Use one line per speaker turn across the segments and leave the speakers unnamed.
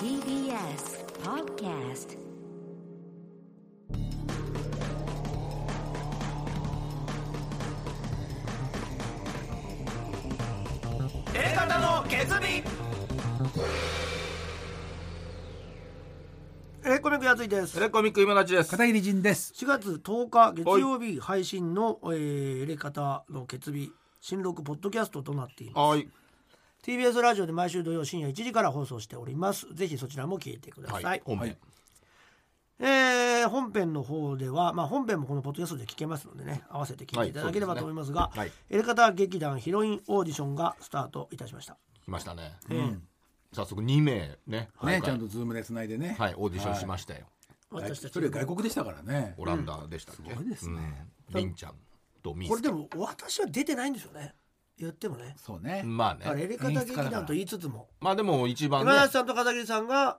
TBS Podcast
方の決意
エレコミックやついです
テ
4
レコミック今立ちです
片桐仁です。
月10日月曜日配信の、えー、エレカタの決日新録ポッドキャストとなっています
はい
TBS ラジオで毎週土曜深夜1時から放送しておりますぜひそちらも聞いてください、
はい本編、
えー本編の方では、まあ、本編もこのポッドキャストで聞けますのでね合わせて聞いていただけれ
は
ば
い
と
そう
思いま
ですすね
が、
はい
エレカタ劇団ヒロインオーディションがスタートいたしました、
来ましたね、
えー
早速2名ね今
ね、
回
ちゃんとズームで繋いでね。
はいオーディションしましたよ、
はい。
私
一
たち
人は外国でしたからね。
オランダでしたっけ、
すごいですね
うんりんちゃんとミ
こ
ス
れでも私は出てないんですよね言ってもね
そうね。
ま
あ
あ
れエ
ね
レカタ劇団と言いつつも
まあでも一番ね
今田さんと片桐さんが、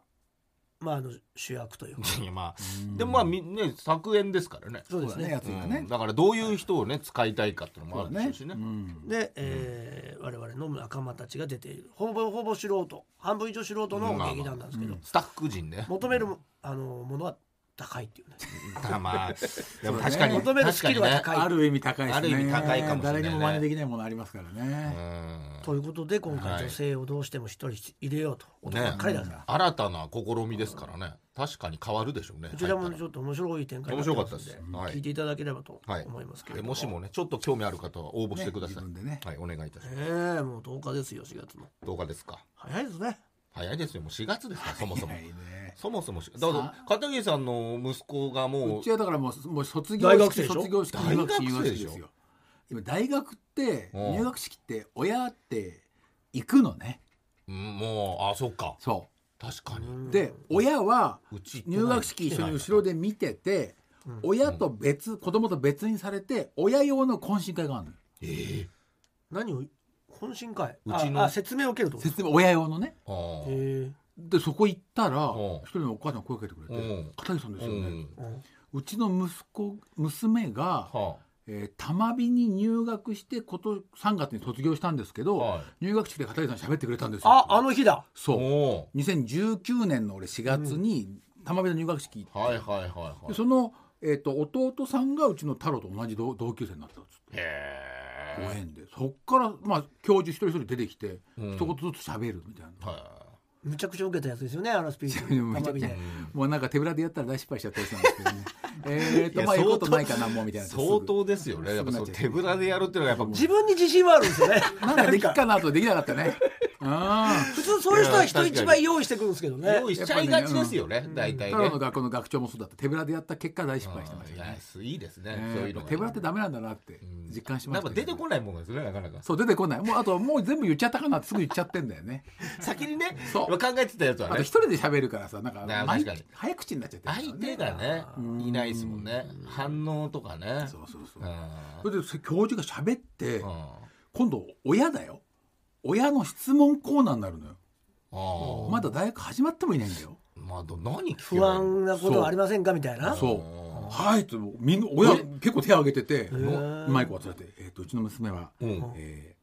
まあ、あの主役というか
いやまあでもまあみね作演ですからね
そうです
そうだ
ね
ね、やつが
う
ね
ん。だからどういう人をね使いたいかっていうのもあ
そう
る
だ
でしょ
ね
うし。ね
うん
で、えー我々の仲間たちが出ているほぼほぼ素人半分以上素人の劇団なんですけど、
スタッフ陣ね
求めるもあのものは高いっていうね
た まあでも
そうね
確かに
求めるスキルが
確か
高い
ある意味高いですね。
ある意味高いかもしれないね
誰にも真似できないものありますから
にね
ね。
うん
ということで今
は
回
い
女性をどうしても一人入れようと男ばっかりだから、
新たな試みですからね確かに変わるでしょうね
こちら
入
も
ったら
ちょっと面白い展開になますん
面白かったですはい
聞いていただければと
はい、
思いますけれども、
もしもねちょっと興味ある方は応募してください、
ね自分でね
はいお願いいたしま
ねえもう10日ですよ4月も
す動画ですか
早いですね
早いですよもう4月ですからそもそも
いいね。
そもそもしだから片桐さんの息子がもう
うちはだからもうもう卒業
大学生
式
でしょ
卒業式
大学生
入学
で
式
しょ
ですよ。今大学って
うん
入学式って親って行くのね。
うんもうあそっか
そ
確かに
う。で親は
うち行ってない
入学式一緒に後ろで見てて、親と別子供と別にされて親用の懇親会があるのよ。
ええ
何を懇親会
うちの
ああ説明を受けるってことですか
説明親用のね。
ああ
へ
でそこ行ったら
うん
一人のお母さんが声かけてくれ
うん
て「片桐さんです
う
よね」
ん
えうん
うちの息子娘が、
は
えー、玉美に入学してこと3月に卒業したんですけど、
は
入学式で片桐さん喋ってくれたんですよ
ああの日だ
あ
そう
お
2019年の俺4月に玉美の入学式行って、
おはいはいはいはい
でその、えー、と弟さんがうちの太郎と同じ同同級生になったんです
へ
ご
え
縁でそっから、まあ、教授一人一人出てきて、
うん
一言ずつ喋るみたいな。
は
むちゃくちゃ受けたやつですよねあのスピーチ
でもめちゃ
玉
く
美
ちゃ
で
もうなんか手ぶらでやったら大失敗しちゃったりしたんですけど ねえーとまあ言うことないかなもうみたいな
相当ですよねやっぱその手ぶらでやるっていうのはやっぱ
自分に自信はあるんですよね
なんかできっかなとできなかったね。うん。
普通そういう人は人一倍用意してくるんですけどね
用意しちゃいがちですよね大体
太郎
ね
の学校の学長もそうだった。手ぶらでやった結果大失敗してまし
い
た
や
ね。
いいですね
えー
そういうのが
手ぶらってダメなんだなって実感しま
なん
した
か
けど。
出てこないものですねなかなか
そう出てこない。もうあともう全部言っちゃったかなってすぐ言っちゃってんだ よね。
先にね
そう
今考えてたやつは
あと
ね
一人で喋るからさなんか
な
毎
確かに
早口になっちゃってるから
相手がねいないですもんね反応とかね
そうそうそうう。
ん
それで教授が喋って、
うん
今度親だよ。親の質問コーナーになるのよ。
あ
まだ大学始まってもいないんだよ。
あまあど何聞け
不
ばいいの
安なことはありませんかみたいな
そう。はいってみんな親結構手挙げてて、
ー
うまい子が連れて、えっ、とうちの娘は、
うん
えー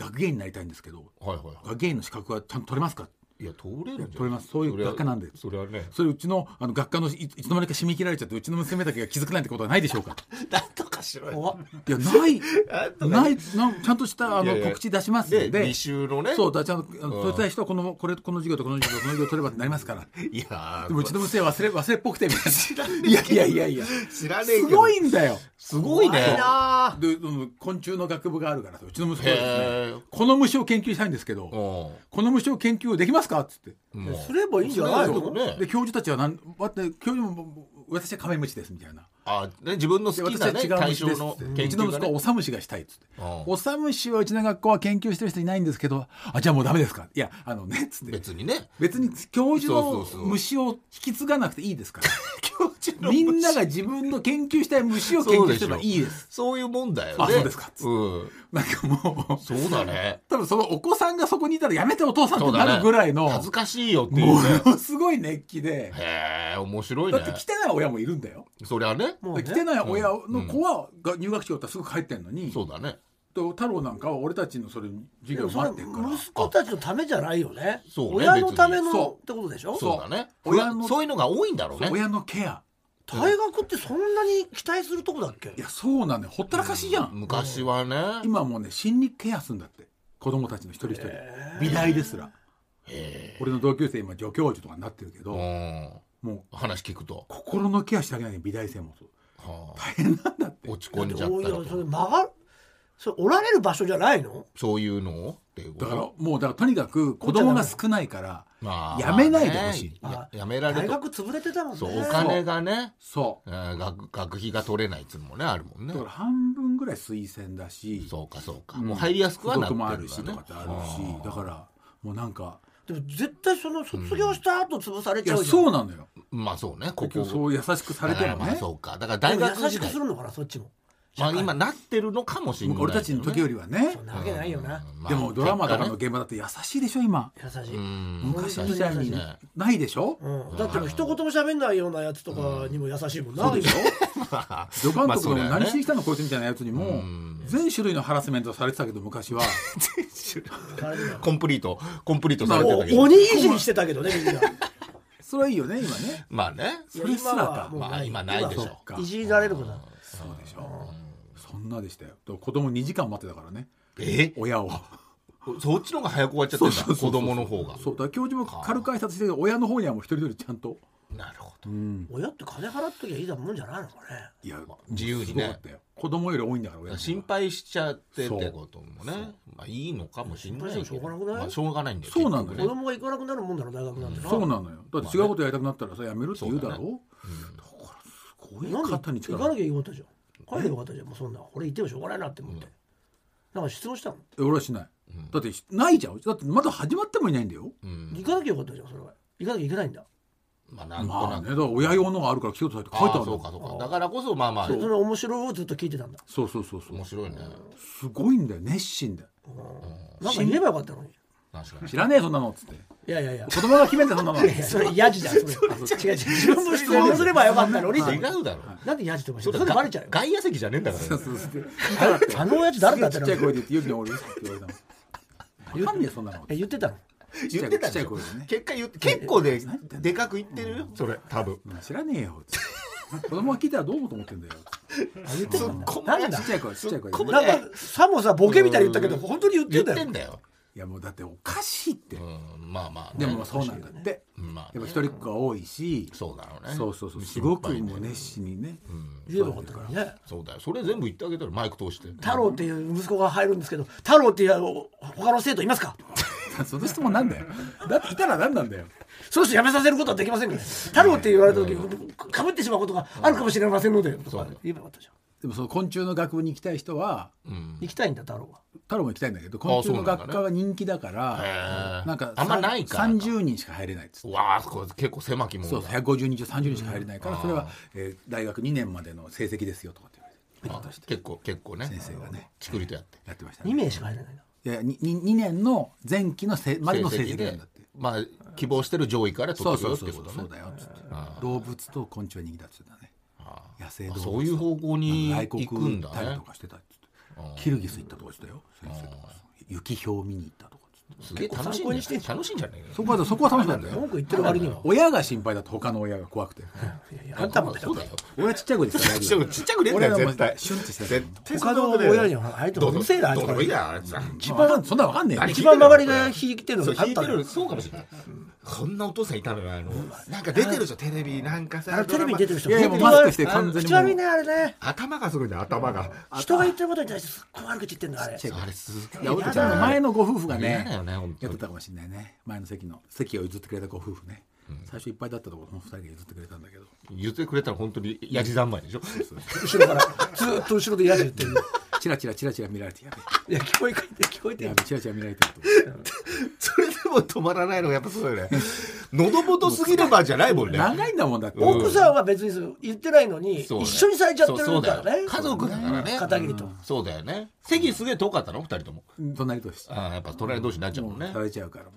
学芸員になりたいんですけど、
はいはいは
学芸員の資格はちゃんと取れますか。
いいや通れるんじゃない
取れますそういう
それは
学科なんで
それはね
それうちのあの学科のいいつの間にか締め切られちゃってうちの娘だけが気づかないってことはないでしょうか。
なんとかしろよ
怖っ
い やない
なんとか
ないなんちゃんとしたあ
いや
の
いや
告知出しますん
で
で。
履修のね
そうだちゃんとあの取りたい人はこのこれこの授業とこの授業とこの授業取ればってなりますから。
いやー
でもうちの娘忘れ忘れっぽくてみたいな。いやいやいやいや。
知らねえけ
す
ど
ごいんだよ。
すごいね
怖いな
で、うん昆虫の学部があるからさうちの息子がです
へー
ねこの虫を研究したいんですけど、
うん
この虫を研究できますかっつって、
もう
すればいいんじゃない
そ
の
うね
で教授たちはなんわって教授も私はカメムシですみたいな
あね自分の
で
好き
私
な
は
ね
違う
対
虫
象
です
の
っ
研
てうちの
究が
息子は
ね
オサムシがしたいっつって、
うん
オサムシはうちの学校は研究してる人いないんですけどあじゃあもうダメですかいやあのねっつって
別にね
別に教授
そ
の
うそうそう
虫を引き継がなくていいですから
教授
みんなが自分の研究したい虫を研究すればいいです
そういうもんだよね
あそうですか
うん
なんかもう
そうだね
多分そのお子さんがそこにいたらやめてお父さんっ
そう
て
だ
な
ね
るぐらいの、
恥ずかしいよっていう
も
ね
のすごい熱気で、
へえ面白い
だ
ね
って来てない親もいるんだよ。
そりゃね
もう
で
ね
来てない親の子はが入学しようったらすぐ帰ってんのに、
そうだね
と太郎なんかは俺たちのそれ
で
授
も
業
それ
待ってるから
息子たちのためじゃないよね
そうね
親のため
別
の
にそう
ってことでしょ
そうだね
そう親の
そういうのが多いんだろうね
そう親のケア
大学ってそんなに期待するとこだっけ
いやそうなんだよほったらかしじゃん、
昔はね
今もうね心理ケアするんだって子供たちの一人一人、美大ですら
へ
俺の同級生今助教授とかになってるけど、
え
もう
うん話聞くと
心のケアしてあげないね美大生もそう
はあ
大変なんだって
落ち込んじゃ
だ
っ
って
た
い
りと
や
か
それ曲がるそれおられる場所じゃないの
そういうのをっていうこ
だ
と
からもうだからとにかく子供が少ないから
まあ
やめないでほしい
まあねや
あ
やめられ
大
ると
学潰れてたもんね
そうお金がね
そ
えー学学費が取れないっつうのもねあるもん
う
ね
だから半分ぐらい推薦だし
そうかそうか、
ん
もう入りやすくはなって
付
る
属も
わ
あ
ね
るしとかってあるしだからもうなんか
でも絶対その卒業した後潰され
い
ちゃ
や
うじゃん、
そうなのよ
まあそうねこ
結
こ
局そう優しくされて
だから
も
まあ
ね
そうかだから大
でも
学
優
時
しく
代
するのかなそっちも
まあ今なってるのかもしれない、
僕俺たちの時よりはね
そんなわけないよな、
まあ
でもドラマとかの
結
現場だって優しいでしょ今
優し
果ね
い、
うん
昔みたいに
ね
ないでしょ
うん、だってもう一言も喋んないようなやつとかにも優しいもんな、
そうでしょ 助監
まあそうだ
督の
よね
何しに来たのこいつみたいなやつにも
ん
全種類のハラスメントされてたけど 昔は
あれだよ
コンプリートコンプリートされてたけ
お
ど
鬼いじりしてたけどねみんな
それはいいよね今ね
まあね
それすらか
いや
まあ今ないでし
今
ょ
は
そっか
いじられることだ
そうでしょそんなでしたよと子供2時間待ってたからね
え
親を
そっちの方が早く終わっちゃってんだ子供の方が
そうだから教授も軽く挨拶してるけど親の方にはもう一人一人ちゃんと
なるほど
親って金払っときゃいいだもんじゃないのかね
いや
自由にね
すごかったよ子供より多いんだから親の方が
心配しちゃってってこともねまあいいのかもしれないけど
心配してもしょうがなくない
まあしょうがないんだよ
そうなんだよ
結
子
局ね
供が行かなくなるもんだろ大学なんてな
そうなのよだって違うことやりたくなったらさやめるって言うだろ、
そうだ
だからすごい
なんで
肩に
行
力
かなきゃよかったじゃん帰ればよかったじゃんもうそんな俺いてもしょうがないなって思って、なんか質問したの
俺はしない、だってしないじゃんだってまだ始まってもいないんだよ、
うん
行かなきゃよかったじゃんそれは行かなきゃいけないんだ
まあなんと
まあ
な
ね
く
だから親用のがあるから気をつけて書いてある
あ
んだ
あ
もん
そうかそうかだからこそまあまあ
それ面白いをずっと聞いてたんだ
そうそうそうそう
面白いね
すごいんだよ熱心だよ
なんか言えばよかったのに
確かに
知らね えそんなのっつって
いやいやいや
子供が決めて そんなの
それヤジだよそれ違う違う自分も質問すればよかったのに
違うだろ
なんでヤジとかしてそれバレちゃうよ
外野席じゃねえんだからね
そうそうそう
あの親父誰だっ
ち
て
っ
な
ちゃい声で言ってよくに俺嘘って言われたのわかんねえそんなの
え言ってたの
言ってた
ち
で
っちゃ
し
い
ょ
声でね
結果言って結構ででかく言ってるよそれ多分
知らねえよつって子供が聞いたらどう思うと思ってんだよ
あ言ってたんだ
こ
なんだ
ちっちゃい声ちっちゃい声でね
なんかさもさボケみたいに言ったけど本当に言って
言
んだ
って
よ
んだよ
いやもうだっておかしいって
うんまあまあね
でもそうなんだって
まあ
やっぱ
ね
一人っ子が多いし
そうだろうね
そうそうそうす
心
ごく
配ね
もう熱心にね
言えばよかったのにね
そうだよそれ全部言ってあげたらマイク通して
太郎っていう息子が入るんですけど太郎っていうあの他の生徒いますか
その質問なんだよだっていたら何なんだよ
その人辞めさせることはできませんから太郎って言われた時かぶってしまうことがあるかもしれませんのでとか言えばよかったじゃん
でもその昆虫の学部に行きたい人は
うん
行きたいんだ太郎は
太郎も行きたいんだけど昆虫の学科は人気だから
へえ
なんか
あんまないからか
30人しか入れないっつって
うわあこれ結構狭きもんだ
そうそう150人中30人しか入れないからそれはえー大学2年までの成績ですよとかって言われて
あ結構結構ね
先生がね
チクリとやって
やってました
2
ね
名しか入れないない
やにに2年の前期のせまでの成績なんだって
まあ希望してる上位から
そ
取
う
ってく
そ
よっ
う
てこ
そうそ
と
うそう
ね
だよっつって動物と昆虫は人気だっつってたね野生動
あ
物
そういう方向に
外
行
国
くんだ
行ったり
ね
とかしてたっつってキルギス行ったとかしてたよ先生とか雪氷見に行ったとかっつって
すげえ楽しいんじゃない楽しいんじゃない
そこはそこは楽しかったよ
文句言ってる割には
親が心配だと他の親が怖くて
いやいやあんたも
そうだよ
俺はちっ ちゃい子ですから大
ちっ
丈夫
ちゃくねえんだ
俺
よ
はもう
絶対
シュンってしてた
絶対
他の親には入って
ど
うるせえなあい
ど
つ
うでもいいやあいつは
一番そんなわかんねえよ
何
一番周りが引いてる
そ
の
う
あ
弾
っ
い
た
て
の
る
よ
そうかもしれないこんなお父さんいたのよあのなんか出てるでしょテレビなんか
あ
さ
のテレビに出てる人
いやいやもうマスクして完全に
口
もう
悪いねあれね
頭がすごいね頭が
人が言ってることに対してすっごい悪口言ってんだあれ
ちっちゃい子
あれす
い
げ
や
え
俺たちの前のご夫婦が
嫌
ね
だよね本当
やっ
に
てたかもしれないね前の席の席を譲ってくれたご夫婦ね最初いっぱいだったところも2人が譲ってくれたんだけど
言ってくれたら本当にやじ三昧でしょ
後ろからずーっと後ろで嫌じ言ってる
チラチラチラチラ見られてやべ
いや聞こえか聞こえてる
えやべえチラチラ見られてると思って
それでも止まらないのがやっぱそうだよね喉元すぎればじゃないもんね
長いんだもんだって
奥さんは別にそう言ってないのに
そう
一
ね
緒にされちゃって
そ
る
う
から
だよ
ね
家族だからね
片桐と
そうだよね席すげえ遠かったの二人とも
隣同士
ああやっぱ隣同士になっちゃうもんね
されちゃうからも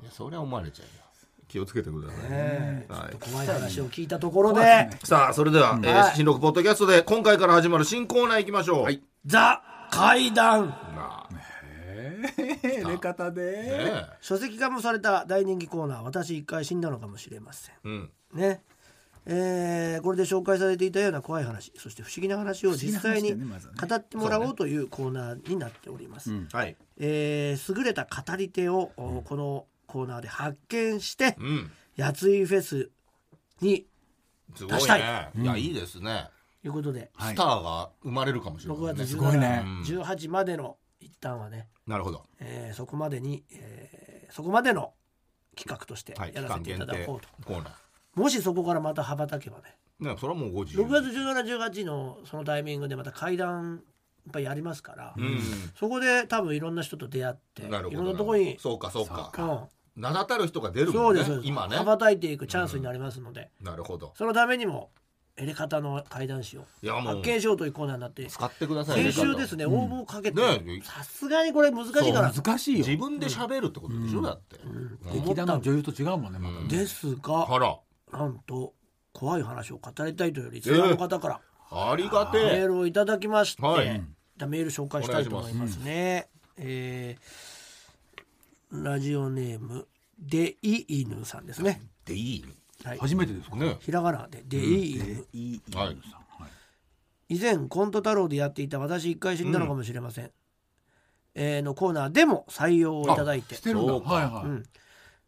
う
いやそりゃ思われちゃうよ気をつけてください
ねえ
はい
ちょっと怖い話を聞いたところ
怖い
で
ね
さあそれでは、えー
はい
新録ポッドキャストで今回から始まる新コーナーいきましょう、
はい
ザ怪談
なあね
え入れ方で
え
書籍化もされた大人気コーナー私一回死んだのかもしれません
うん
ねえーこれで紹介されていたような怖い話そして不思議な話を実際に
不思議な話だよねまずはね
語ってもらおうというコーナーになっております、
はい
えー優れた語り手を、おこのコーナーで発見して、
うん
やついフェスに
すご
出
い
した
ねいやいいですね
ということで、
はい
スターが生まれるかもしれ
6
ない
月
ね
すごいね
1718までの一旦はね、
なるほど
えーそこまでに、えーそこまでの企画として
はい期
やらせ
間
てい
限
ただ
定
こうと、
コーナ
もしそこからまた羽ばたけばね
ーねそれはもう5時
6月1718のそのタイミングでまた会談やっぱりやりますから、
うん
そこで多分いろんな人と出会ってい
なるほど
ろんなとこに
そうかそう
そう
か
うん
名だたる人が出る
そ
も
うん
ね
ですそうです
今ね
羽ばたいていくチャンスになりますので、
なるほど
そのためにもエレカタの怪談師を
いやも
発
う
見しようというコーナーになって
使ってください
先週です
ね
ね応募をかけて
ね
さすがにこれ難しいから
難しいよ
自分で喋るってことでしょだって
思
劇
った
団
の
の女優と違うもんねまたね
です
あ
が
ら
なんと怖い話を語りたいというリスナーの方から
ありがて
メー
え
ルをいただきまして、
はい
じゃあメール紹介したいと思いますね。えーラジオネームデイイヌさんですね。
でいい
はい、
初めてですか
ね
ひらがなでデイイヌ。
いい
はい
いいさんはい
以前コント太郎でやっていた私一回死んだのかもしれません、えーのコーナーでも採用をいただいて
してるんだ
そ
は
うか
いはい
ん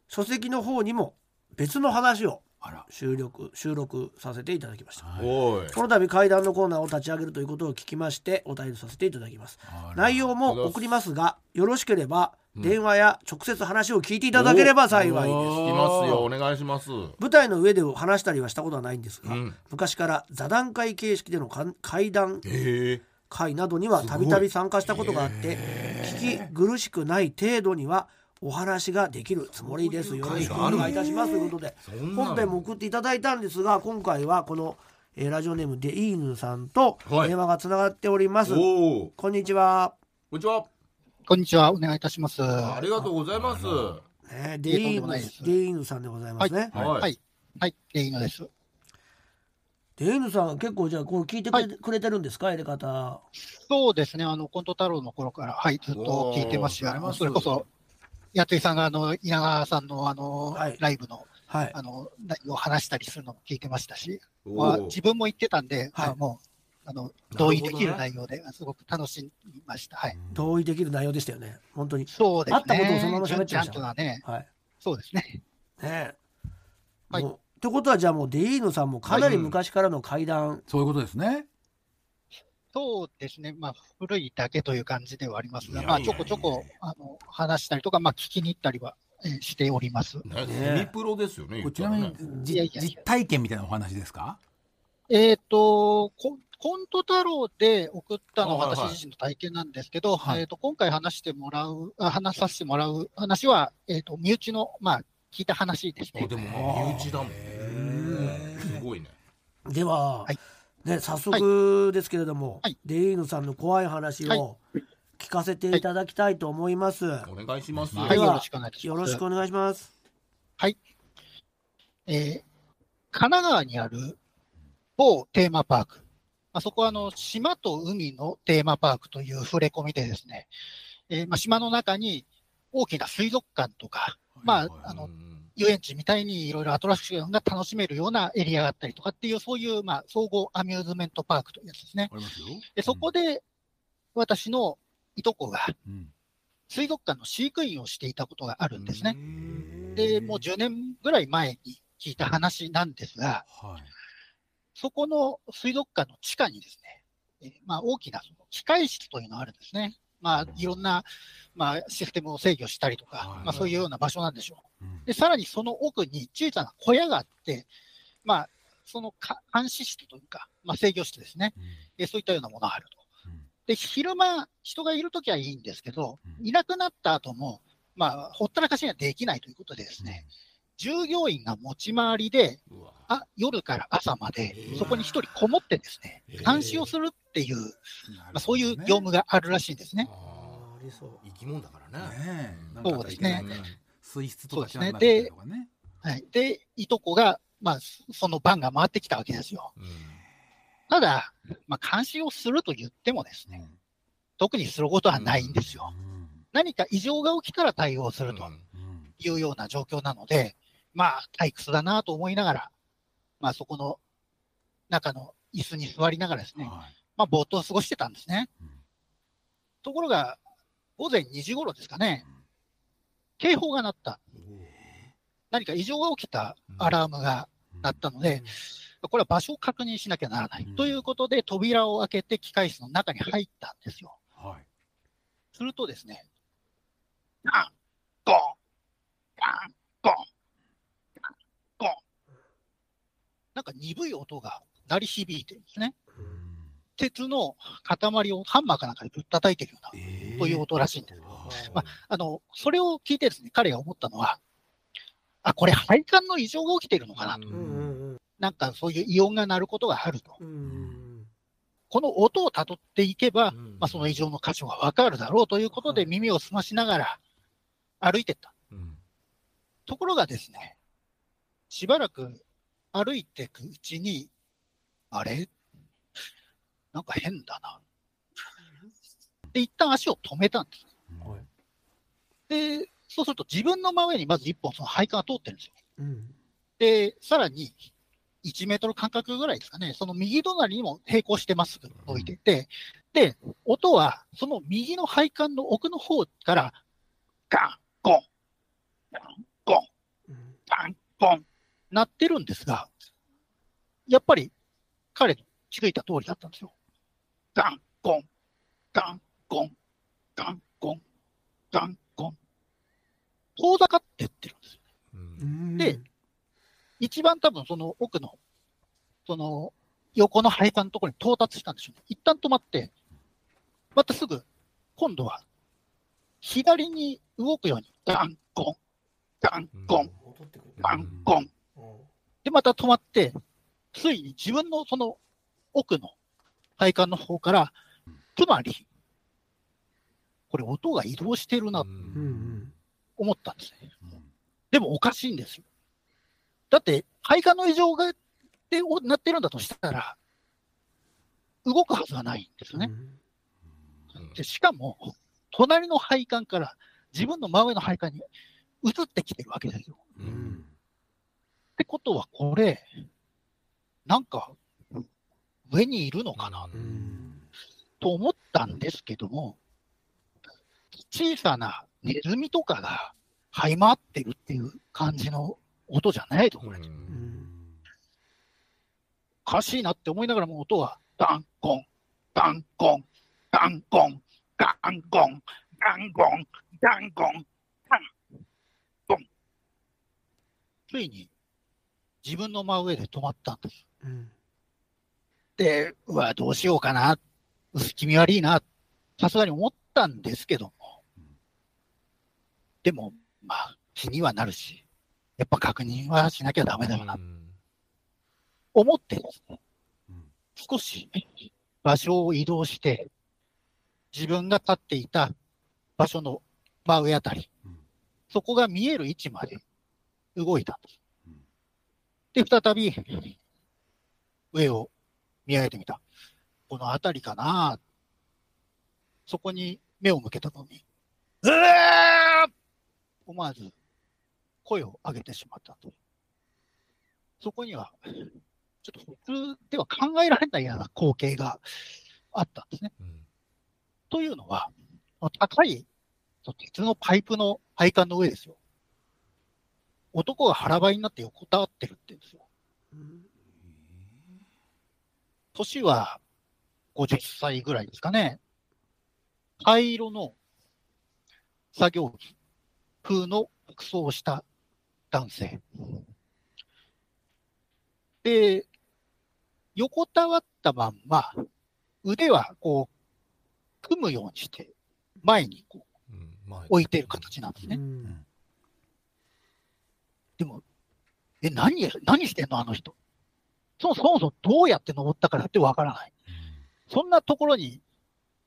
書籍の方にも別の話を
あら
収録収録させていただきました
おい
この度怪談のコーナーを立ち上げるということを聞きましてお便りさせていただきます
あら
内容も送りますがよろしければ電話や直接話を聞いていただければ幸いです
聞きますよお願いします
舞台の上で話したりはしたことはないんですが、
うん
昔から座談会形式でのか怪談
へえ
会などにはたびたび参加したことがあって聞き苦しくない程度にはお話ができるつもりですよろしくお願いいたしますということで
んなの
本編も送っていただいたんですが今回はこの、えーラジオネームデイーヌさんと
はい
電話がつながっております、
おお
こんにちは、
こんにちは
こんにちは、お願いいたします。
あ
は
りがとうございます
ね、デイー
とんでも
ヌ
ない
デ
です
イーヌさんでございますね、
い、はい、はい、でいいのです。
デイーヌさん結構じゃあこれ聞いてくれ,、くれてるんですかやり方
そうですね、あの、コント太郎の頃から、はい、ずっと聞いてますし、
おー
あのそれこそ、やついさんが、あの、稲川さんの、あの、
はい
ライブの、
はい
あの、内容を話したりするのも聞いてましたし、
お
まあ、
お
自分も言ってたんで、
はい
まあもう、あの、
どね
同意できる内容で、すごく楽しみました。はい。
同意できる内容でしたよね本当に
そうですね。
あったことをそのまま喋っちゃいました
ちゃんとはね、
はい
そうですね。
ねえ。
はい
もうってことはじゃあもうデイーヌさんもかなり
はい
昔からの階段
そういうことですね
そうですね、まあ、古いだけという感じではあります
いや
が、
いや
まあ、ちょこちょこあの話したりとか、まあ、聞きに行ったりは、えーしております。
ね
ね
セミプロですよね言
これ
っ
ち
た
な
ら
み
ね
にじ
いやいやいや
実体験みたいなお話ですか
えっ、とコン、コント太郎で送ったのは
あはいはい
私自身の体験なんですけど、
はい
えっ、と、今回話してもらう、あ話させてもらう話は、えっ、と、身内の、まあ、聞いた話です
あ
ね。
でもまあ身内だもんねすごいね
では、
はい
ね、早速ですけれども、
はい
デイーヌさんの怖い話を聞かせていただきたいと思います。
お願いします
は
で
い、
は
よろしくお願いし
よ
ます。
ろしくお願いします。
えー神奈川にある某テーマパーク。まあ、そこはあの島と海のテーマパークという触れ込みでですね、えーまあ、島の中に大きな水族館とか、まあ、あ
う
の
ん
遊園地みたいにいろいろアトラクションが楽しめるようなエリアがあったりとかっていう、そういう、まあ、総合アミューズメントパークというやつですね。
ありますよ
でそこで私のいとこが
うん
水族館の飼育員をしていたことがあるんですね。
うん
で、もう10年ぐらい前に聞いた話なんですが、
はい
そこの水族館の地下にですね、えーまあ、大きなその機械室というのがあるんですね。まあ、いろんな、まあ、システムを制御したりと
は
か
い、
まあ、そういうような場所なんでしょ
うん
う。で、さらにその奥に小さな小屋があって、まあ、そのか監視室というか、まあ、制御室ですね、えーそういったようなものがあると。
うん
で、昼間、人がいるときはいいんですけど、
うん
いなくなった後も、まあ、ほったらかしにはできないということでですね、従業員が持ち回りで、
うわ
あ夜から朝まで
えー、
そこに一人こもってですね
えー、
監視をするっていう、
なるほどね
まあ、そういう業務があるらしいんですね。
あ
ありそう
ー生き物だからね
ねえ
そうですね
なんか水質とか調べ
そう
た
ですね
りとかね
はい、で、いとこが、まあ、そその番が回ってきたわけですよ。
うん
ただ、まあ、監視をすると言ってもですね、特にすることはないんですよ。何か異常が起きたら対応するというような状況なので、まあ、退屈だなと思いながら、まあ、そこの中の椅子に座りながらですね、まあ、ぼーっと過ごしてたんですね
うん。
ところが、午前2時頃ですかね、警報が鳴った。何か異常が起きたアラームが鳴ったので、これは場所を確認しなきゃならない。
うん
ということで、扉を開けて機械室の中に入ったんですよ。
はい。
するとですね、ガン、ゴン、ガン、ゴン、ガンゴン。なんか鈍い音が鳴り響いてるんですね。鉄の塊をハンマーかなんかでぶった叩いてるような、という音らしいんです。まあの、それを聞いてですね、彼が思ったのは、あ、これ配管の異常が起きてるのかなと。
うんうん
なんかそういう異音が鳴ることがあると。
うんうん
この音を辿っていけば、
うん
まあ、その異常の箇所がわかるだろうということで、
はい
耳を澄ましながら歩いてった。ところがですね、しばらく歩いていくうちに、あれなんか変だな。で、一旦足を止めたんです。
はい
で、そうすると自分の真上にまず一本その配管が通ってるんですよ。
うん
で、さらに1メートル間隔ぐらいですかね、その右隣にも並行してまっすぐ置いてて、で、音はその右の配管の奥の方から、ガン、ゴン、ガン、ゴン、
うん
パン、ポン、鳴ってるんですが、やっぱり彼の気づいた通りだったんですよ。ガン、ゴン、ガン、ゴン、ガン、ゴン、ガン、ゴン。遠ざかってってるんですよ。
うん
で一番多分その奥の、その横の配管のところに到達したんでしょうね。一旦止まって、またすぐ、今度は、左に動くように、ガン、ゴン、ガン、ゴン、
戻ってくる
ガン、ゴン、で、また止まって、ついに自分のその奥の配管の方から、つまり、これ音が移動してるなと
うんうん
思ったんですね。でもおかしいんですよ。だって、配管の異常が、で、おなってるんだとしたら、動くはずがないんですよね。でしかも、隣の配管から自分の真上の配管に移ってきてるわけですよ。ってことは、これ、なんか、上にいるのかな
うん
と思ったんですけども、小さなネズミとかが這い回ってるっていう感じの音じゃないと、これ。
うん
おかしいなって思いながらも音は、ガンコン、ガンコン、ガンコン、ガンコン、ガンコン、ガンコン、ガンコン。ついに自分の真上で止まったんです。
うん
で、うわ、どうしようかな、薄気味悪いな、さすがに思ったんですけども、でも、まあ、気にはなるし、やっぱ確認はしなきゃダメだよな、思ってですね
うん、
少し場所を移動して、自分が立っていた場所の真上あたり
うん、
そこが見える位置まで動いたん
うん
です。で、再び上を見上げてみた。この辺りかなそこに目を向けたのに、うわー思わず声を上げてしまったと。そこにはちょっと普通では考えられないような光景があったんですね。というのは、高いその鉄のパイプの配管の上ですよ。男が腹ばいになって横たわってるって言うんですよ。
うん
年は50歳ぐらいですかね。灰色の作業着風の服装をした男性。で、横たわったまんま、腕はこう、組むようにして、前にこう置いてる形なんです
う
ね。
ん
でも、え、何、何してんのあの人。そもそもそもどうやって登ったからってわからない。そんなところに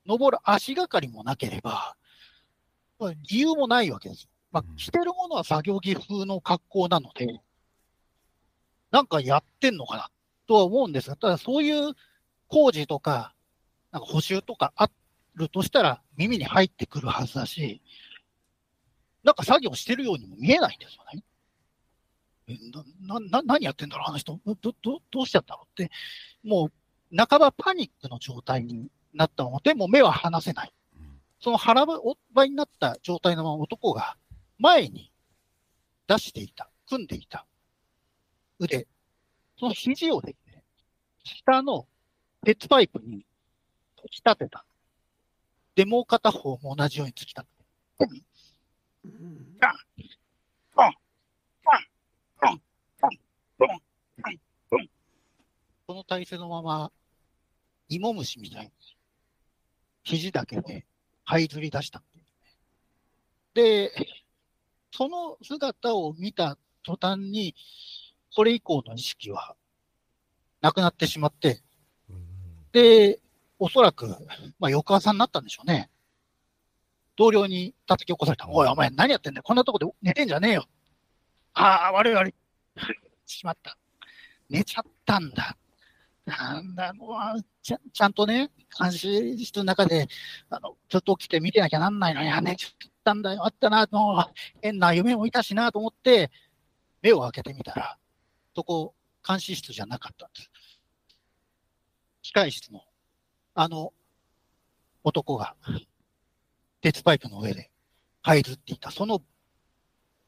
登る足がかりもなければ、まあ理由もないわけです。まあ
うん、
着てるものは作業着風の格好なので、なんかやってんのかなとは思うんですが、ただそういう工事とか、なんか補修とかあるとしたら耳に入ってくるはずだし、なんか作業してるようにも見えないんですよね。えな、な、な何やってんだろう、あの人。ど、ど、どどうしちゃったのって、もう、半ばパニックの状態になったままで、もう目は離せない。その腹ばいになった状態のまま男が前に出していた、組んでいた腕、その肘をですね、下の鉄パイプに突き立てた。で、もう片方も同じように突き立てて。
うん
この体勢のまま、芋虫みたいに、肘だけで這いずり出したっていうね。で、その姿を見た途端に、それ以降の意識はなくなってしまって、で、おそらく、まあ、翌朝になったんでしょうね。同僚に叩き起こされた。おい、お前何やってんだよ。こんなとこで寝てんじゃねえよ。ああ、悪い悪い。しまった。寝ちゃったんだ。なんだ、もうあちゃん、ちゃんとね、監視室の中で、あの、ちょっと起きて見てなきゃなんないのに、あ、寝ちゃったんだよ。あったな、もう、変な夢もいたしなと思って、目を開けてみたら、そこ、監視室じゃなかったんです。機械室の、あの、男が、鉄パイプの上で、這いずっていた。その、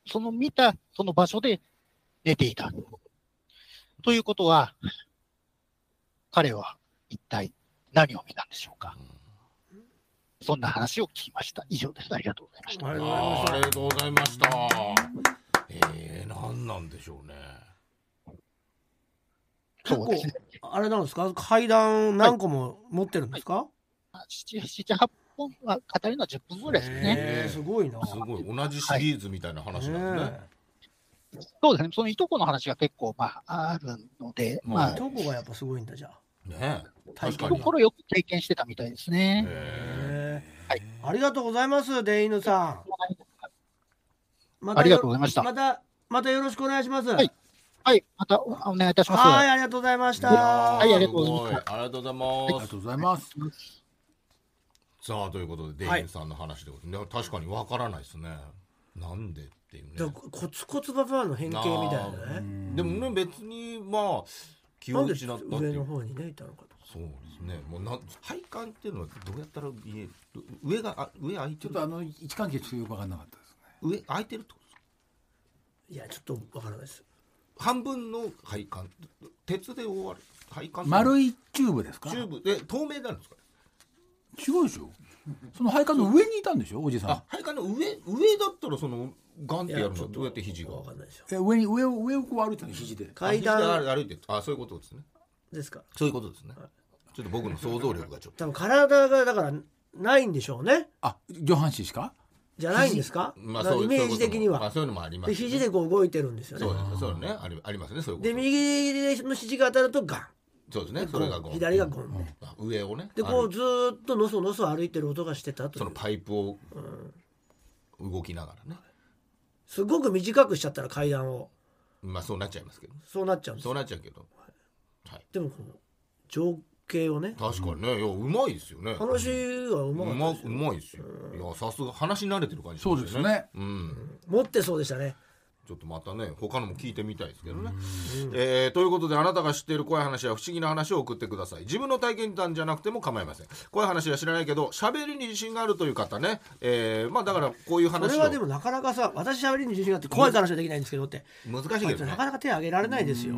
その見た、その場所で寝ていた。ということは、彼は一体何を見たんでしょうか。そんな話を聞きました。以上です。ありがとうございました。
ありがとうござい
あ
ま
ーあり
し
がとうございました。えー、なんなんでしょうね。
た
そうですね
結。構あれなんですか階段何個も持ってるんですか、
7、7 8本は語るのは10分ぐらいですかね。
へえすごいな
すごい同じシリーズみたいな話なんですね。
ね
そうですね。そのいとこの話が結構、まあ、あるので、
ま
ま
あ
あ
え、どこがやっぱすごいんだじゃあ
ねえ
体
確
験
か
と
に
こ。ろよく経験してたみたいですね。
え
へ
は
えありがとうございますデイヌさんまた
ありがとうございました
またまたよろしくお願いします
はいはい。またおお願いいたします。
はいありがとうございまし
ー
た
はいありがとうござい
す
ます
ごありがとうございま
ありが
す
と。うございます。
さあということでデイビンさんの話でございます、確かにわからないですね。なんでっていう
だ
ね。
からコツコツババアの変形みたいなね
でもね別にまあ気
な
を
んで
失ったって
上
い
の
う。
方にねいたのかと
そうですね。もうな配管っていうのはどうやったら見える上があ上開いて
ちょっ
る
とあの位置関係ちょっとよくわかんなかったですね。
上開いてるってことですか
いやちょっとわからないです
半分の配管鉄で覆われる配管
丸
い
いチューブですか。
チューブで透明なんですか。
違うでしょ。その配管の上にいたんでしょ、おじさ
あ配管の上上だったらそのガンってやるのどうやって肘が
わかんないですよ
ん。え、上に、上を、上をこう歩いてたの、肘で。
あ
階
肘で
段
歩いてあそういうことですね。
ですか
そういうことですね。ちょっと僕の想像力がちょっと。
多分体がだからないんでしょうね
あ、上半身しか。
じゃないんですか
まあ
だから
そう
イ
そういう
メー
ことも
ジ的に
まあ
は
そういうのもあります
で
よね。
肘でこう動いてるんですよ
そう
ね
ですね。そうね。ありありますね。そういうこと。
で右での肘が当たるとガン
そうですね。それがゴン。
左がゴンで
あ上をね。
でこ
歩
う
いて
ずーっとのそのそ歩いてる音がしてたとい
そうのパイプを動きながらね。
すごく短くしちゃったら階段を
まあそうなっちゃいますけど。
そうなっちゃうんです
そう
よ
なっちゃうけど。はい。
でもこの情景をね
確かにね。いやうまいですよね。
話はう
う
まか
ま
ったです
う
よ
まいですよ。いやさすが話し慣れてる感じ。
そうです。ね。
うん。
持ってそうでしたね
ちょっとまたね他のも聞いてみたいですけどね。えーということであなたが知っている怖い話や不思議な話を送ってください自分の体験談じゃなくても構いません怖い話は知らないけど喋りに自信があるという方ね、えーまあだからこういう
これ
話を
はでもなかなかさ私喋りに自信があって怖い話はできないんですけどって
難しいけどね
なかなか手挙げられないですよ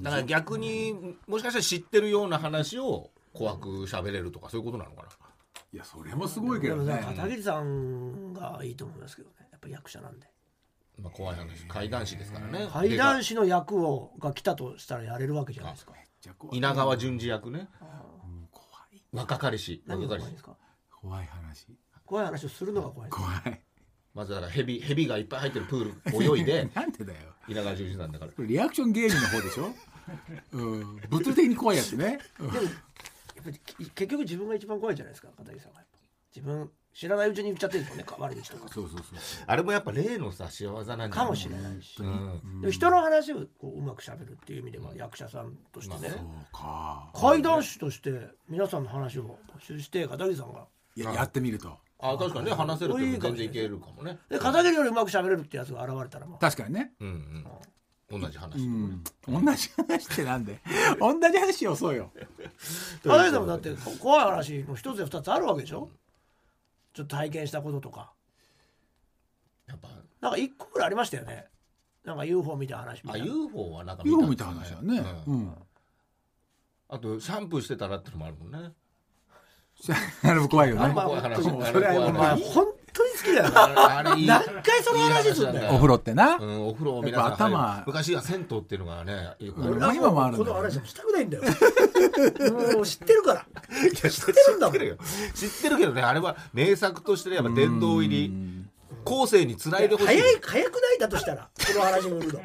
だから逆にもしかしたら知ってるような話を怖く喋れるとかそういうことなのか
いや、それもすごいけ
で
ど
もなん
ね
か。片桐さんがいいと思いますけどねやっぱ役者なんで
な、まあ、怖い話怪談師ですからね
怪談師の役をが来たとしたらやれるわけじゃないですか
じゃあ怖い
稲川淳二役ね
うん怖い。
若かりし
何
若
が
かり
怖い
し
んですか
怖い話。
怖い話をするのが怖い
怖い。
まずだからヘビヘビがいっぱい入ってるプール泳い で
なんでだよ。
稲川淳二なんだから
これリアクション芸人の方でしょ。うん、物理的に怖いやつね。うん
やっぱりき結局自分が一番怖いじゃないですか片桐さんがやっぱ自分知らないうちに言っちゃってるん ですよね悪い人とか
そうそうそう。
あれもやっぱ例のさ仕業なんじゃない
かもしれないし、
うん
でも人の話をこううまくしゃべるっていう意味では役者さんとしてね、
そうか。
怪談師として皆さんの話を募集して片桐さんが
いややってみると
あ確かにね話せるって全然いけるかもね
で片桐よりうまく喋れるってやつが現れたらまあ
確かにね
うんうん同じ話と
う
ね
ん同じ話ってなんで 同じ話しようそうよ
片桐さんもだってこ怖い話も一つや二つあるわけでしょちょっと体験したこととか
やっぱ
なんか一個ぐらいありましたよねなんか UFO みたいな話み
あ
たいな
UFO はなんか
よう見
見
た
たんで
話
す
だね
う
うんん
あとシャンプーしてたらってのもあるもんね
あれも 怖いよ
あん
ね
ま
怖い話
もうそれはもう
お前本当に好きだよな
あれいい
何回その話すんだよ
いい話なん
お風呂ってな
うんお風呂を皆さん
やっぱ頭
入る昔は銭湯っていうのがねよくある
俺は
今もあるん
こ
だ
の
よね
話はしたくないんだよもう知ってるから
知って
るんだもん
るよ知ってるけどねあれは名作としてねやっぱ殿堂入り
うん
後世につないでほしい
早い早くないだとしたらこの話も売るの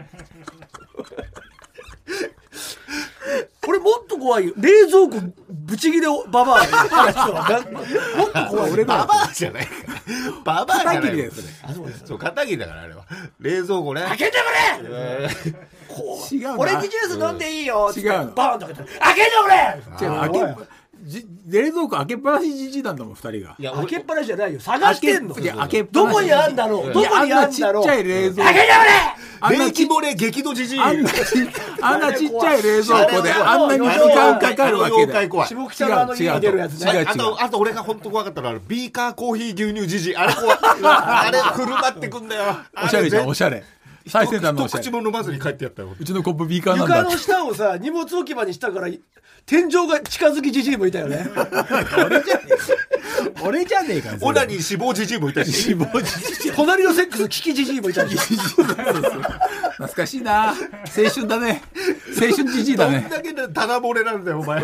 これもっと怖いよ冷蔵庫ぶち切れババアの話はなんもっと怖い
俺
よ
ババアじゃないからババアじゃ
片
な
桐
い
だよ
か
そ
ら
れ
あそうです
そう片桐だからあれは冷蔵庫ね
開けてくれ
えー
こう
違うな
オレンジジュース飲んでいいよっつって
違うの
バーンと開けて開けてくれ
違う開けっぱじ冷蔵庫開けっぱなしじじいなんだもん二人が
いや
開けっ
俺
ぱなしじゃないよ探してんの
いや開けっぱ
ど
なし
こにあんだろうど
いや
こにあんだろう
あんなちっちゃ
開
い
けて
冷蔵
くれ
庫あんな
電
ち
気漏れ激怒じじい
あん なちあんなちっちゃい冷蔵庫であんなに時間かかるわけだ
妖怪
よ
怖い
下北のあの家に出るやつね
違う違う
あとあと俺が本当怖かったのはあのビーカーコーヒー牛乳じじいあれ怖いあれ振る舞ってくんだよ
おしゃれじゃんお
し
しゃれ最先端のおしゃ
一口
れ
も飲まずに帰ってやったよ
うちのコップビーカーなん
床
だ
の下をさ荷物置き場にしたから天井が近づきじじいもいたよね
俺じゃねえか
オナニー死亡じじいもいたし
死亡じじい
隣のセックス聞きじじいもいたし
懐かしいな青春だね青春じじいだ
どん
ね
だけでダダ漏れなんだよお前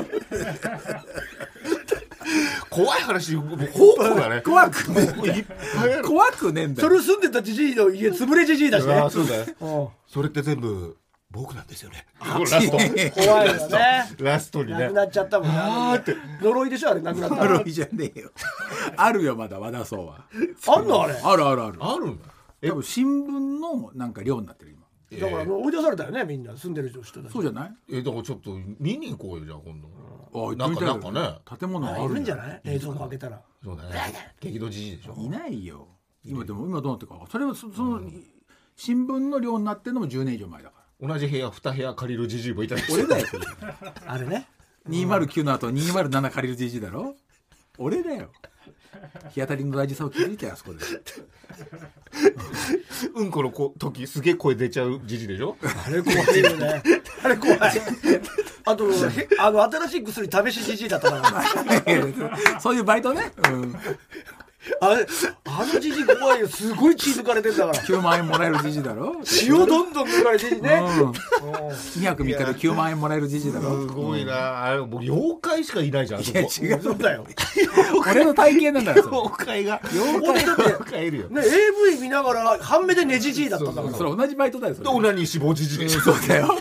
怖い話もう方向だね
怖くね
もういっぱいある
怖くねえんだ
そ
よ
れ住んでたじじいの家潰れじじいだしね
あーそうだよ
うん
それって全部僕なんですよね ラスト
怖いよね
ラストに
な
ね
くなっちゃったもんねあの呪いでしょあれなくなった
あ
ら
るじゃねえよあるよまだ和田荘は
あんのあれ
あるあるある
あるんだえ
多分新聞のなんか量になってる今
だから追い出されたよねみんな住んでる人たち
そうじゃない
えだからちょっと見に行こうよじゃあ今度
あ
なんかなんかね
建物あ
いるん
るん
じ
じ
ゃ
ゃ
ない冷蔵庫開けたら
そうだね激怒じじいでしょ
いないよ今でも今どうなってるかそれはそその、新聞の量になってるのも10年以上前だから
同じ部屋2部屋借りるじじいもいたり して
俺だよそれ
あれね
209の後207借りる GG だろ俺だよ日当たりの大事さを気づいてあそこで
うんこのこ時すげえ声出ちゃうじじいでしょ
あれ怖いよねあれ怖いあとへあの新しい薬試しじじいだったから
そういうバイトね、うん、
あれあのじじい怖いよすごい血抜かれてんだから
9万円もらえる GG だろ、うん、
血をどんどん抜かれてね
2泊3日で9万円もらえる GG だ
す
ろ
ごいなあれもう妖怪しかいないじゃんあそこ
違う
そうだよ
俺の体型なんだよそれ
妖怪が
俺だって
妖怪いるよ
ね AV 見ながら半目でねじじいだったんだから
それ同じバイトだよそ
で
れ
オナニー死亡じじ い
そうだよ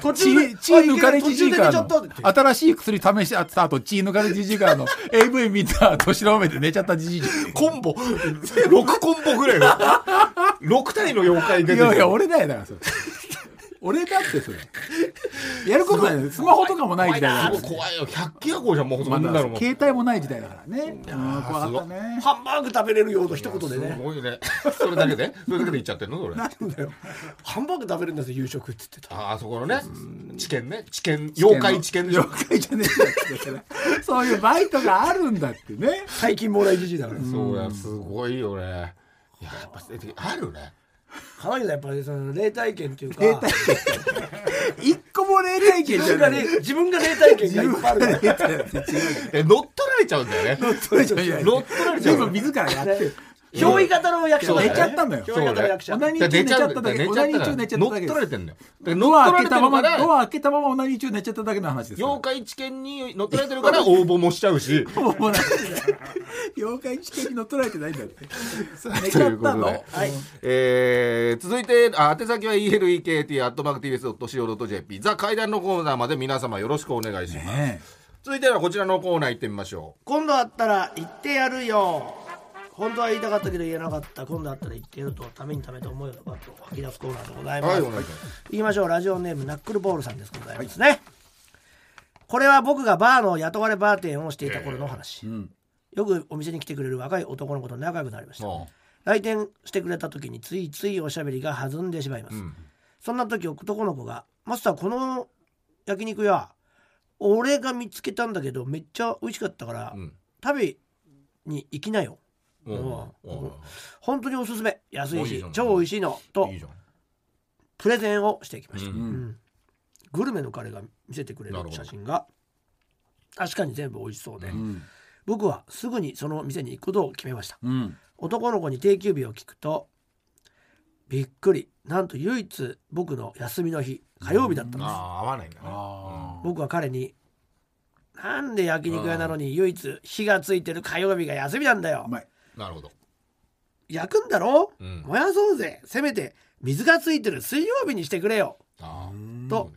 途
血
中で
血抜かれじじい
途
か
中で寝
ら
ちゃった
の新しい薬試してあった後血抜かれじじいからの AV 見た年の目で寝ちゃったじじいじ
コンボ6コンボぐらいの6体の妖怪出
い
て
や
る
いや、俺だよ、だからそれ。俺だってそれ。やることないよ。スマホとかもない時代だか
もう怖いよ100機夜行じゃんもうそん
ら。
な
まだ
のも
携帯もない時代だからね。うん、怖かったね。
ハンバーグ食べれるよの一言でね
すごいねそれだけ でそれだけでいっちゃってんのそれ
なんだよハンバーグ食べるんですよ夕食っつってた
ああそこのね知見ね知見妖怪知見でしょ
妖怪じゃねえんだってだから そういうバイトがあるんだってね。
最近もらいじじいだから
そうやすごいよねいややっぱあるね
浜木さんやっぱりその霊体験っていうか
霊体一個も霊体
自
験じゃ
分が
ない
ね。自分が霊体験がい
自
っ
分
ぱいあ
が
るから
霊体験違う。
え乗っ取られちゃうんだよね
それじゃない
乗っ取られちゃ
全
う
部
よね
自らやってる。
憑依型の役者だ
寝
よ
ちゃったのよ。
憑依型の役者
オナニー中寝ちゃっただけ。オナニー中寝ちゃった
乗っ
だ
取
けで
られ
す。
てんだよだから乗
ド
っ
ア
取ら
開
れ
け
て
た
る
ま
から
ま、ドア開けたままオナニー中寝ちゃっただけの話ですよ。
妖怪知見に乗っ取られてるから応募もしちゃうし
もうなんか 妖怪知見に乗っ取られてないんだって。寝ちゃったの。
はい。えー続いて、あ宛先は elekt.tbs.co.jp、ザ階段のコーナーまで皆様よろしくお願いします。
ね
続いてはこちらのコーナー行ってみましょ。
今度あったら言ってやるよ本当は言いたかったけど言えなかった今度あったら言ってやるとためにためて思いをバッと吐き出すコーナーでございうます、
はい、お願いします。
言いましょうラジオネームナックルボールさんですございますね、これは僕がバーの雇われバーテンをしていた頃の話、よくお店に来てくれる若い男の子と仲良くなりました
あ
来店してくれた時についついおしゃべりが弾んでしまいま
う
す、
ん
そんな時男の子が「マスターこの焼肉屋俺が見つけたんだけどめっちゃ美味しかったから、
うん
食べに行きなよ
うん
うん
うん
本当におすすめ安い
いい
し
じゃん
超美味しいの」と
いいじゃん
プレゼンをしてきました、
うん
うんグルメの彼が見せてくれる
なるほど
写真が確かに全部美味しそうで、
うん
僕はすぐにその店に行くことを決めました
うん
男の子に定休日を聞くとびっくりなんと唯一僕の休みの日火曜日だったんです、
ああ合わないんだね
あー
僕は彼に「なんで焼肉屋なのに唯一火がついてる火曜日が休みなんだよ
うまい
なるほど
焼くんだろ、
うん
燃やそうぜせめて水がついてる水曜日にしてくれよ」
あー
と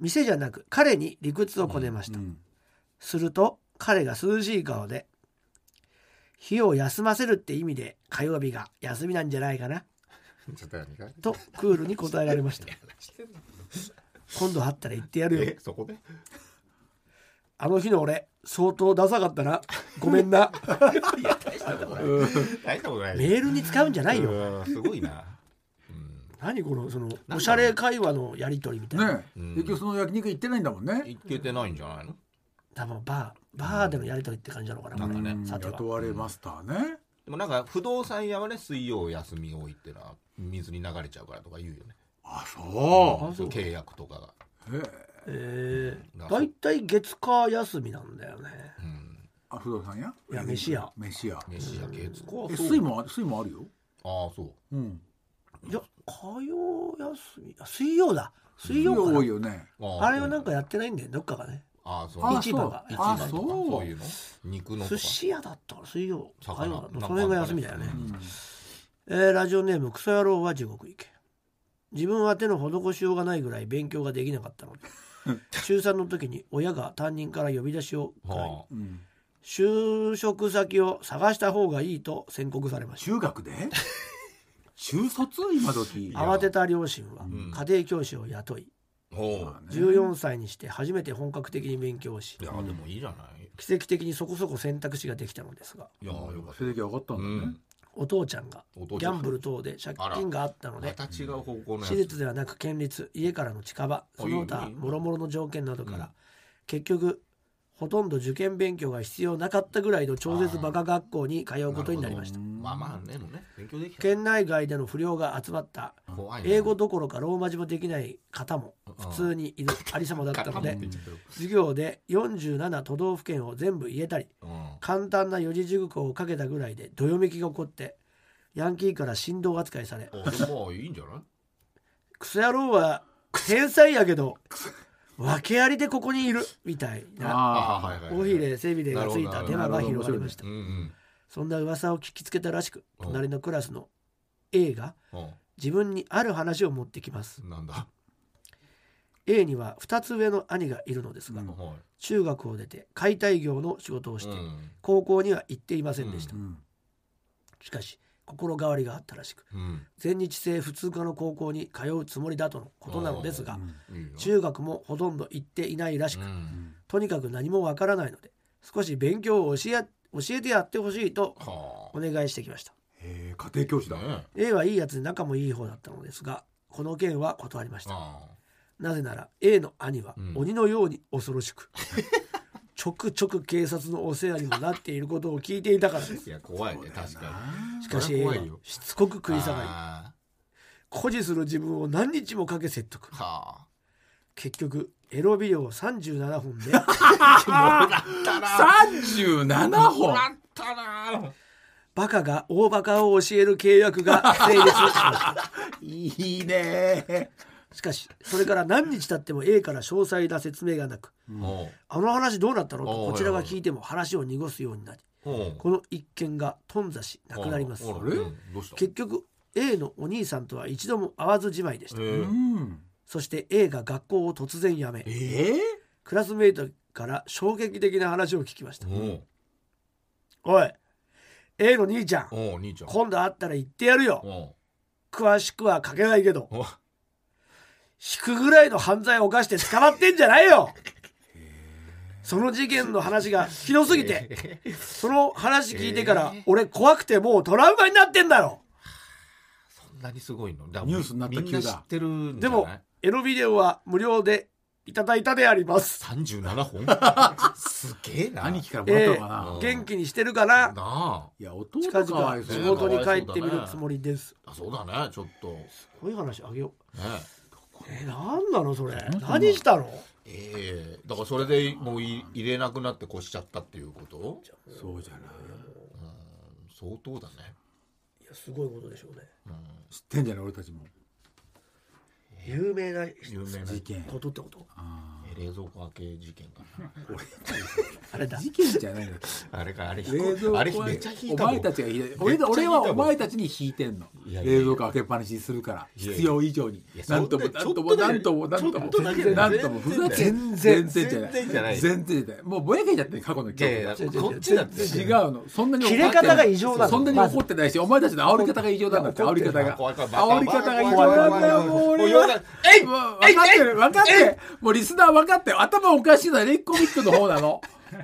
店じゃなく彼に理屈をこねました、
うん
すると彼が涼しい顔で「火を休ませるって意味で火曜日が休みなんじゃないかな
ちょっと何が」
とクールに答えられました今度会ったら言ってやるよ
えそこで
あの日の俺相当ダサかったなごめんな
大したことない
メールに使うんじゃないよ
うんすごいな
何このそのおしゃれ会話のやり取りみたいな、
ねえ結局その焼肉行ってないんだもんね
いけてないんじゃないの
多分バーバーでのやり取りって感じなのかな,、
なんかね
うん
さては
雇われマスターね
でもなんか不動産屋はね水曜休み多いってのは水に流れちゃうからとか言うよね
あそ
そう契約とかが
うへえ
えー、大体月火休みなんだよね
あ不動産屋
いや飯屋
飯屋
飯や月火
え水もあ水もあるよ
ああそう
うん
いや火曜休みあ水曜だ水曜か
多
な
いよね
あ
あれはなんかやってないんだよどっかがね
ああそう
あ
市場が
市場
あ
とか
そう
そういうの肉のとか
寿司屋だったから水曜火
魚
曜
なんか
だその辺が休みだよね
あ、る
えーラジオネームクソ野郎は地獄行け自分は手の施しようがないぐらい勉強ができなかったので中3の時に親が担任から呼び出しを食らい
はあ
うん
就職先を探した方がいいと宣告されました
中学で 中卒今時
慌てた両親は
ん
家庭教師を雇い
ほ
まあね
14歳にして初めて本格的に勉強をし
ういやでもいいじゃない
奇跡的にそこそこ選択肢ができたのですが
いやよかった
成績上がったん
う
だね、
ん
お父ちゃんが
お父ち
ギ
ゃ
ャ
ん
ンブル等で借金があったの
ま
で
た違う方向のや
私
つ
立ではなく県立家からの近場その他
いいね
諸々の条件などから結局ほとんど受験勉強が必要なかったぐらいの超絶バカ学校に通うことになりました
まあまあねもうね勉強できた
県内外での不良が集まった
怖いね
英語どころかローマ字もできない方も普通にいるありさまだったの
う
で
ん
授業で47都道府県を全部言えたり
うん
簡単な四字熟語をかけたぐらいでどよめきが起こってヤンキーから振動扱いされ
あでもまあいいんじゃない
クソ野郎は天才やけど訳ありでここにいるみたいな
ああ
はい
尾ひれ背びれがついたデマが広がりました
うんうん
そんな噂を聞きつけたらしく隣のクラスの A が
う
自分にある話を持ってきます
んなんだ
A には2つ上の兄がいるのですが、
は
中学を出て解体業の仕事を
い
して、
うん
高校には行っていませんでした、
うん
しかし心変わりがあったらしく
うん
全日制普通科の高校に通うつもりだとのことなのです
う
が
ん
いいよ
中学もほとんど行っていないらし
う
く、
ん
とにかく何もわからないので少し勉強を教え教えてやってほしいと
は
お願いしてきました
へえ家庭教師
あ
だ、
ね
A はいいやつで仲もいい方だったのですがこの件は断りました
あ
なぜなら A の兄は
うん
鬼のように恐ろし く、ちょくちょく警察のお世話にもなっていることを聞いていたから です
いや怖いね確かに
しかし
それ
A
怖
はい
よ
しつこく食い下がり
あ
誇示する自分を何日もかけ説得
ーは
結局エロビデオを37 本で
37本
あったな
バカが大バカを教える契約が成立しました
いいね
しかしそれから何日経っても A から詳細な説明がなく
おう
「あの話どうなったの?」と
おう
こちらが聞いても話を濁すようになり
おう
この一件が頓挫しなくなります
あらうんどうした
結局 A のお兄さんとは一度も会わずじまいでし
え
た
う
ー
ん
そして A が学校を突然辞め
えー、
クラスメイトから衝撃的な話を聞きました
おう
おい A の兄ちゃん
おう兄ちゃん
今度会ったら言ってやるよ
おう
詳しくは書けないけど
おう
引くぐらいの犯罪を犯して捕まってんじゃないよその事件の話がひどすぎて、その話聞いてから、俺怖くてもうトラウマになってんだよ。
そんなにすごいのだ
ニュースになった
みんな
急
知
だ
ってるんじ
で
ゃない
も、エロビデオは無料でいただいたであります。
37本すげえな
兄貴からもらったのかな、
うん
元気にしてるかな
なあ
いや弟
近
か
々
わいそう
地
だ
元に
な
帰ってみるつもりです。
あそうだねちょっとね
こういう話あげよう。え、なんなのそれ
ん。なの
何したの
ええだからそれでもうい入れなくなって越しちゃったっていうこと
そうじゃない
相当だね
いやすごいことでしょうね。
知ってんじゃない俺たちも
有名な
有名な
事件
ことってこと
あ
え冷蔵庫開け事件かな
ー俺
あれだ。
事件じゃないんだって
あれか あれ
冷蔵庫
あれ
は
めっちゃ引い
お
たもん
前たちが引いて俺
めっちゃ引いたもん
俺はお前たちに引いてんの
いやいやいや
冷蔵庫開けっぱなしにするから
いやいや
必要以上に
いや
なんとも
そんな
なんとも
ちょっとだけ
なんとも
ちょ
なんとも
っとだけだよ
なんともふざけ
全然
全然
全然
じ
じ
ゃ
ゃ
な
ないい
全然じゃないもうぼやけちゃってる過去の
いやいや
記憶が
こっちだって
違うのそんなに怒っ
切
て
れ
ない
方が異常なの
そんなに怒ってないしお前たちの煽り方が異常なんだって
いや
煽
怒って
り
る
方が
怖い怖い
煽り方が異常
怖い
な
怖
ん
い
だよもう
もう
俺
よ
は
かえい
わ分かってる分かってるもうリスナー分かってる頭おかしいのはレッコミックの方 なの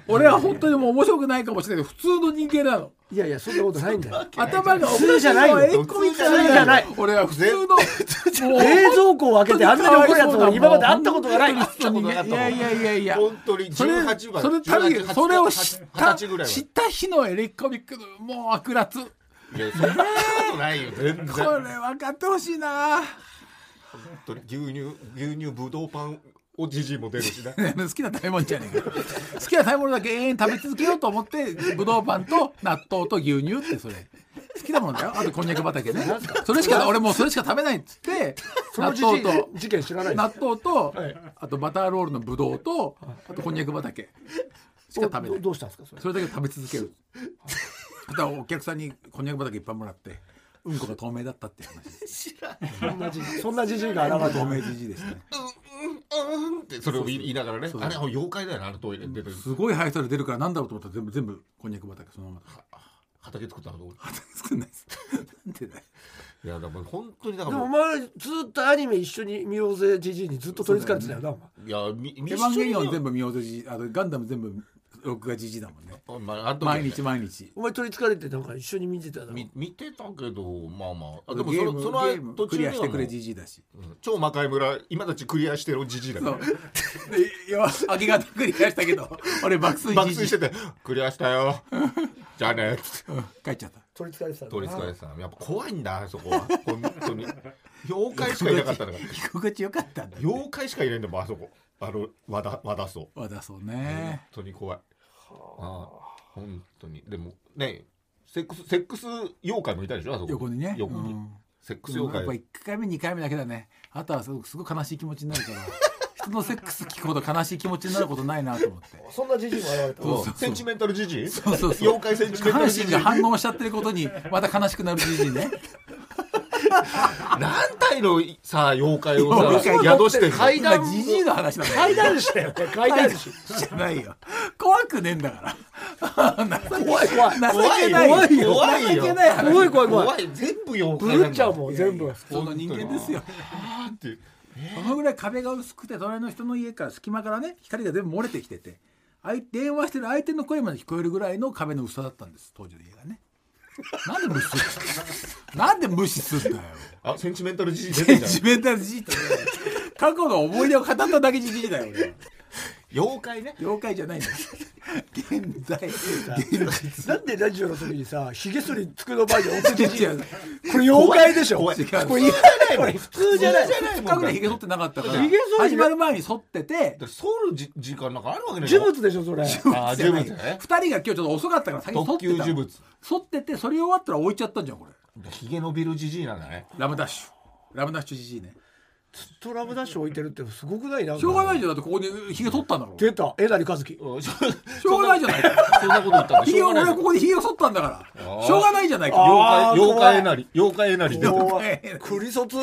俺は本当にもう面白くないかもしれないけど普通の人間なの
いやいやそんなことないんだよ。
頭がおかしい
普通じゃない
の
よ
はレッコミックの方
普通じゃない
俺は普通のもう
冷蔵庫を開けてあんなに怒るやつは今まで会ったことがない。
本当にいやいやいやいや
本当に
それ
18番
それた
18
それを知った
20歳ぐらいは
知った日のエレコミックのもう悪辣こ
いやそんなことないよ全然
れ分かってほしいな
牛乳牛乳ぶどうパンおじじいも出るしな
好きな食べ物じゃねえか好きな食べ物だけ永遠食べ続けようと思ってぶどうパンと納豆と牛乳ってそれ好きなものだよあとこんにゃく畑ねそれしか俺もうそれしか食べないっつって
そ
納
の事件
豆と
事件知らないんだ
納
よ。
豆と
はい
あとバターロールのぶどうとあとこんにゃく畑しか食べな
ど
い
どうしたんですかそれ。
それだけ食べ続けるあとはお客さんにこんにゃく畑いっぱいもらってうんこが透明だったっていう話
そんなじそんなじじいが現れ
透
て
明じじいですね
うんってそれを言いながらね
そうそう
あれ妖怪だよなあのトイレに出てる
すごいハイソれ出るからなんだろうと思ったら全部全部こんにゃく畑そのままだ
畑作ったの
作んないです。なんでだよ。
いやだから本当にだか
で
ら
もお
も
前ずっとアニメ一緒に見ようぜじじいにずっと取りつかれてたよなお前。
ういやみ
エヴァンゲリオン全部ミオゼジ、あのガンダム全部録画じじだもんね。
部、まあ、あの時はね
毎日毎日。
お前取りつかれてなんか一緒に見てただろ。
み見てたけどまあまああで
ゲ
もそ
ー
の
ム
そ
ゲー
の
ム
途
ク
中に
リ
は
アしてくれ
もう
じじだし。
うん超魔界村今たちクリアしてるじじいだ
そ
か
う。でいや明け方クリアしたけど、俺爆
ら
睡
爆
じ
睡
じ
しててクリアしたよ じゃあね
帰っちゃった。
取りつかれてたんだな。
取りつかれてたやっぱ怖いんだあそこは本当 に妖怪しかいなかったんだから
居心地よかったんだ。
妖怪しかいないんだもんあそこあの和田和田荘
わだそう
本
ね。
当に怖いああ本当にでもねセックスセックス妖怪もいたでしょあそこ
横にね。
横に、
うん
セックス
でもやっ
妖
ぱ
怪
一回目二回目だけだね。あとはすごくすごい悲しい気持ちになるから。人のセックス聞くほど悲しい気持ちになることないなと思って。
そんなじじいも現れた。
そうセンチメンタルじじい
そうそうそう
妖怪センチメン
下
タ
半
ルじ
身
じい
が反応しちゃってることにまた悲しくなるじじいね。
何体のさ妖怪をさ
妖
宿
怪
してんの
階段
じじいの話なんだよ
階段でしたよ。階段でし。
じゃないよ。怖くねえんだから。
怖い怖い。
情けない
怖いよ怖い
情
よ
けない話。
怖い怖い怖い。
怖い全部妖
ブ
怪な
ル
ん
っちゃ
だ
うもん全部。
普通の人間ですよ。
あーって
このぐらい壁が薄くて隣の人の家から隙間からね光が全部漏れてきてて相電話してる相手の声まで聞こえるぐらいの壁の薄さだったんです当時の家がね。なんで無視するなんで無視すんだよ。
あセンチメンタルじじい出てんじゃん
自分たちじじいってね過去の思い出を語っただけじじいだよ俺は。
妖怪ね
妖怪じゃないんだよ。現在現実
なんでラジオの時にさ、ひげ剃り机の前に置くじじい
違う違う。
これ妖怪でしょ。
怖い怖い
これいらないもん。普通じゃない。
2日ぐらいひげ剃ってなかったから
髭剃り
始まる前に剃ってて
だからソウルじ時間なんかあるわけない
呪物でしょそれ。
あー
じゃ
呪
ない
物
2
ね
人が今日ちょっと遅かったから先に剃っ
特
て
級
た
呪
の
物
剃っててそれ終わったら置いちゃったんじゃんこれ
ひげ伸びるじじいなんだね
ラムダッシュラムダッシュじじいね
トラブダッシュ置いてるってすごくないなんか
しょうがないじゃんだってここにひげ剃ったんだろし
出たえなりかずき
うんしょ
ょうがないじゃないか
そんなこと言ったら
ひ
し
げ
ょう
俺
がな
はいここにひげを剃ったんだから
ー
しょうがないじゃない
あ
か
あー
妖
怖
怪妖怪
い
なり妖怪なりで
妖
も
怪
うクリソツ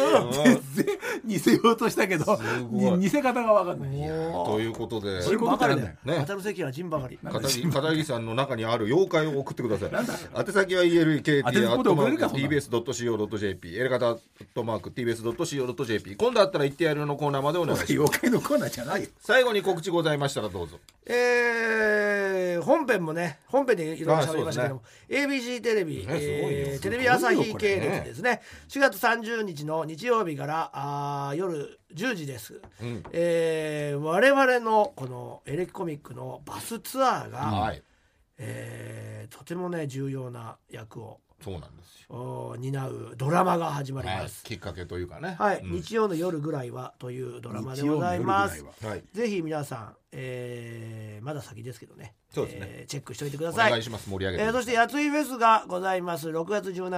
全然似せようとしたけど
ごい
に似せ方が分かんない
ということで
そういうことってなんだよ
ね
渡る席は陣ばかり
片桐片桐さんの中にある妖怪を送ってください。宛先は elkt
当てずっぽで送れるかそんなの
tbs.co.jp、エレガタアットマーク tbs.co.jp、今度だったら言ってやるよのコーナーまでお願いします。
妖怪のコーナーじゃないよ
最後に告知ございましたらどうぞ。
えー本編もね本編でいろいろ喋りましたけども、ABC テレ
ね
ビ、
すごいよ
えー
すごいよ
テレビ朝日
こ
系
れね
列ですね4月30日の日曜日からあー夜10時です、
うん
えー我々のこのエレキコミックのバスツアーが、
はい。
えーとてもね重要な役を
そうなんですよ。
おー担うドラマが始まり
はい
ま。す。
きっかけというかね。
はい、
うん
日曜の夜ぐらいはというドラマでございます。
日曜の夜ぐらいは
はい。
ぜひ皆さん、えーまだ先ですけどね
そうですね
えーチェックしておいてくだ
お
さい
願いします。盛り上げて
えー。そして、やついフェスがございます。6月17、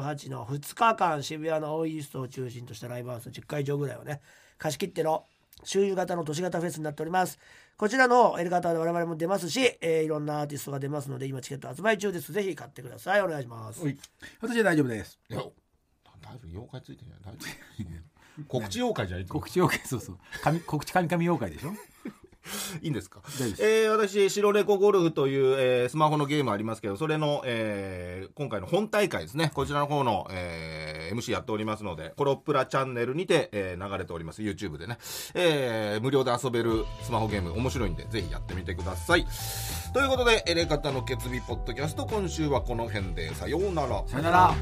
18の2日間、渋谷のオイーストを中心としたライブハウス10会場ぐらいをね、貸し切っての周遊型の都市型フェスになっております。こちらの方 L 型で我々も出ますし、えーいろんなアーティストが出ますので、今チケット発売中です。ぜひ買ってください。お願いします。
おい私は大丈夫です
いや、だいぶ妖怪ついてんじゃない大丈 夫告知妖怪じゃない
告知妖怪そうそう神告知神々妖怪でしょ
いいんですか
大丈夫です
えー私、白猫ゴルフという、えースマホのゲームありますけど、それの、えー今回の本大会ですね、こちらの方の、えー MC やっておりますので、コロプラチャンネルにて、えー流れております、YouTube でね、えー無料で遊べるスマホゲーム、面白いんで、ぜひやってみてください。ということで、エレカタの決意ポッドキャスト、今週はこの辺で、さようなら。
さよなら